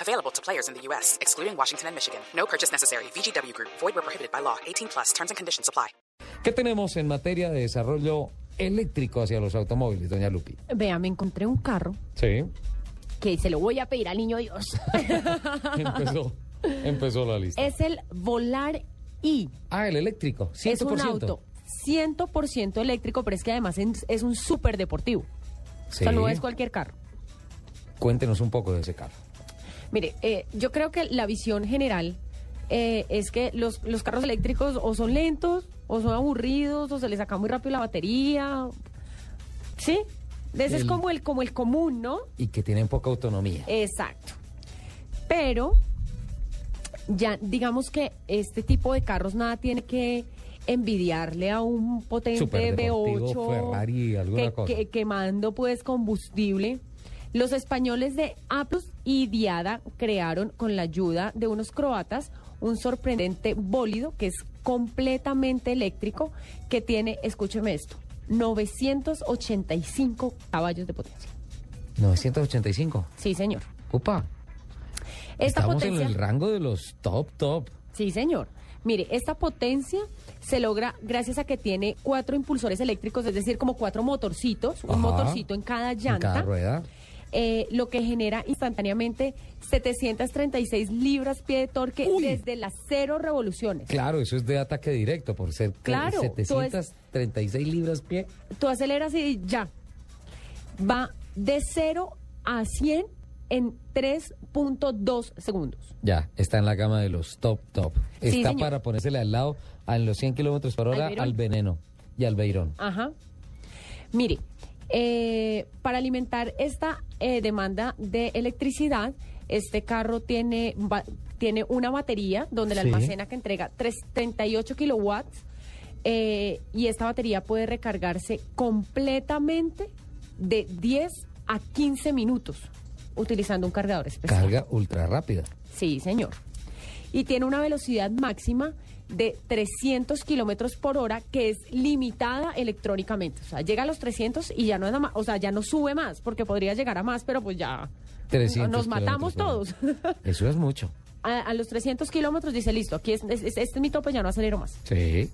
Available to players in the U.S., excluding Washington and Michigan. No purchase necessary. VGW Group, void were prohibited by law. 18 plus terms and conditions apply. ¿Qué tenemos en materia de desarrollo eléctrico hacia los automóviles, doña Lupi? Vea, me encontré un carro Sí, que se lo voy a pedir al niño Dios. empezó, empezó la lista. es el Volar I. Ah, el eléctrico, 100%. Es un auto 100% eléctrico, pero es que además es es un súper deportivo. Sí. O sea, no es cualquier carro. Cuéntenos un poco de ese carro. Mire, eh, yo creo que la visión general eh, es que los, los carros eléctricos o son lentos, o son aburridos, o se les saca muy rápido la batería. ¿Sí? Ese es El- como el, como el común, ¿no? Y que tienen poca Eh. autonomía. Exacto. Pero ya digamos que este tipo de carros nada tiene que envidiarle a un potente Superdeportivo, V8 Ferrari, alguna que- cosa. que- quemando pues combustible. Los españoles de Aplus y Diada crearon con la ayuda de unos croatas un sorprendente bólido que es completamente eléctrico que tiene, escúcheme esto, 985 caballos de potencia. 985. Sí, señor. Upa, Esta estamos potencia en el rango de los top, top. Sí, señor. Mire, esta potencia se logra gracias a que tiene cuatro impulsores eléctricos, es decir, como cuatro motorcitos, Ajá. un motorcito en cada llanta, En cada rueda. eh, lo que genera instantáneamente 736 libras pie de torque Uy. desde las cero revoluciones. Claro, eso es de ataque directo, por ser Claro, tú es- 736 libras pie. Tú aceleras y ya. Va de cero a 100 en 3.2 segundos. Ya, está en la gama de los top, top. Sí, Está señor. para ponérsela al lado a los 100 kilómetros por hora Al Beirón. al veneno y al beirón. Ajá. Mire, eh, para alimentar esta eh, demanda de electricidad, este carro tiene, ba- tiene una batería donde la Sí. almacena que entrega tres- 38 kilowatts eh, y esta batería puede recargarse completamente de 10 a 15 minutos utilizando un cargador especial. Carga ultra rápida. Sí, señor. Y tiene una velocidad máxima de 300 kilómetros por hora que es limitada electrónicamente. O sea, llega a los 300 y ya no es nada más, o sea, ya no sube más porque podría llegar a más, pero pues ya 300 nos matamos kilómetros todos. por hora. Eso es mucho. A, a los 300 kilómetros dice listo, aquí es, es- es- este es mi tope, ya no acelero más. Sí.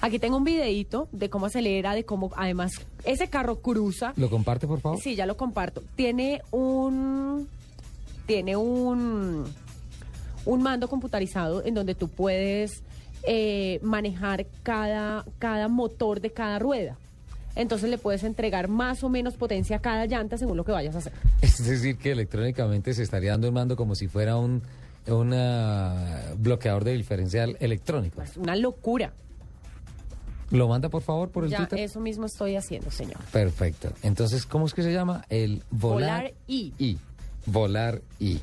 Aquí tengo un videito de cómo acelera, de cómo además ese carro cruza. ¿Lo comparte, por favor? Sí, ya lo comparto. Tiene un. Tiene un. Un mando computarizado en donde tú puedes eh, manejar cada, cada motor de cada rueda. Entonces le puedes entregar más o menos potencia a cada llanta según lo que vayas a hacer. Es decir, que electrónicamente se estaría dando el mando como si fuera un una bloqueador de diferencial electrónico. Es una locura. ¿Lo manda, por favor, por el Ya Twitter? eso mismo estoy haciendo, señor. Perfecto. Entonces, ¿cómo es que se llama? El volar, Volar I. Volar I.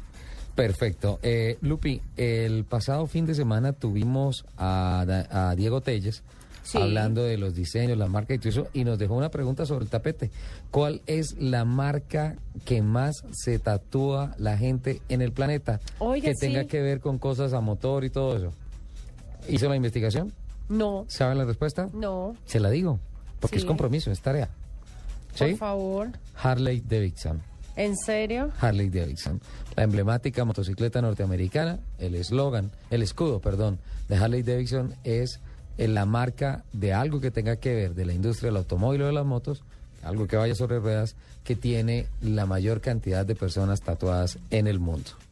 Perfecto. Eh, Lupi, el pasado fin de semana tuvimos a, Da- a Diego Telles Sí. hablando de los diseños, la marca y todo eso, y nos dejó una pregunta sobre el tapete. ¿Cuál es la marca que más se tatúa la gente en el planeta? Oiga, que tenga sí. que ver con cosas a motor y todo eso. ¿Hizo la investigación? No, ¿Saben la respuesta? no, Se la digo, porque es Sí. compromiso, es tarea. por ¿Sí? favor. Harley Davidson. ¿En serio? Harley Davidson, la emblemática motocicleta norteamericana, el eslogan, el escudo, perdón, de Harley Davidson es eh, la marca de algo que tenga que ver de la industria del automóvil o de las motos, algo que vaya sobre ruedas, que tiene la mayor cantidad de personas tatuadas en el mundo.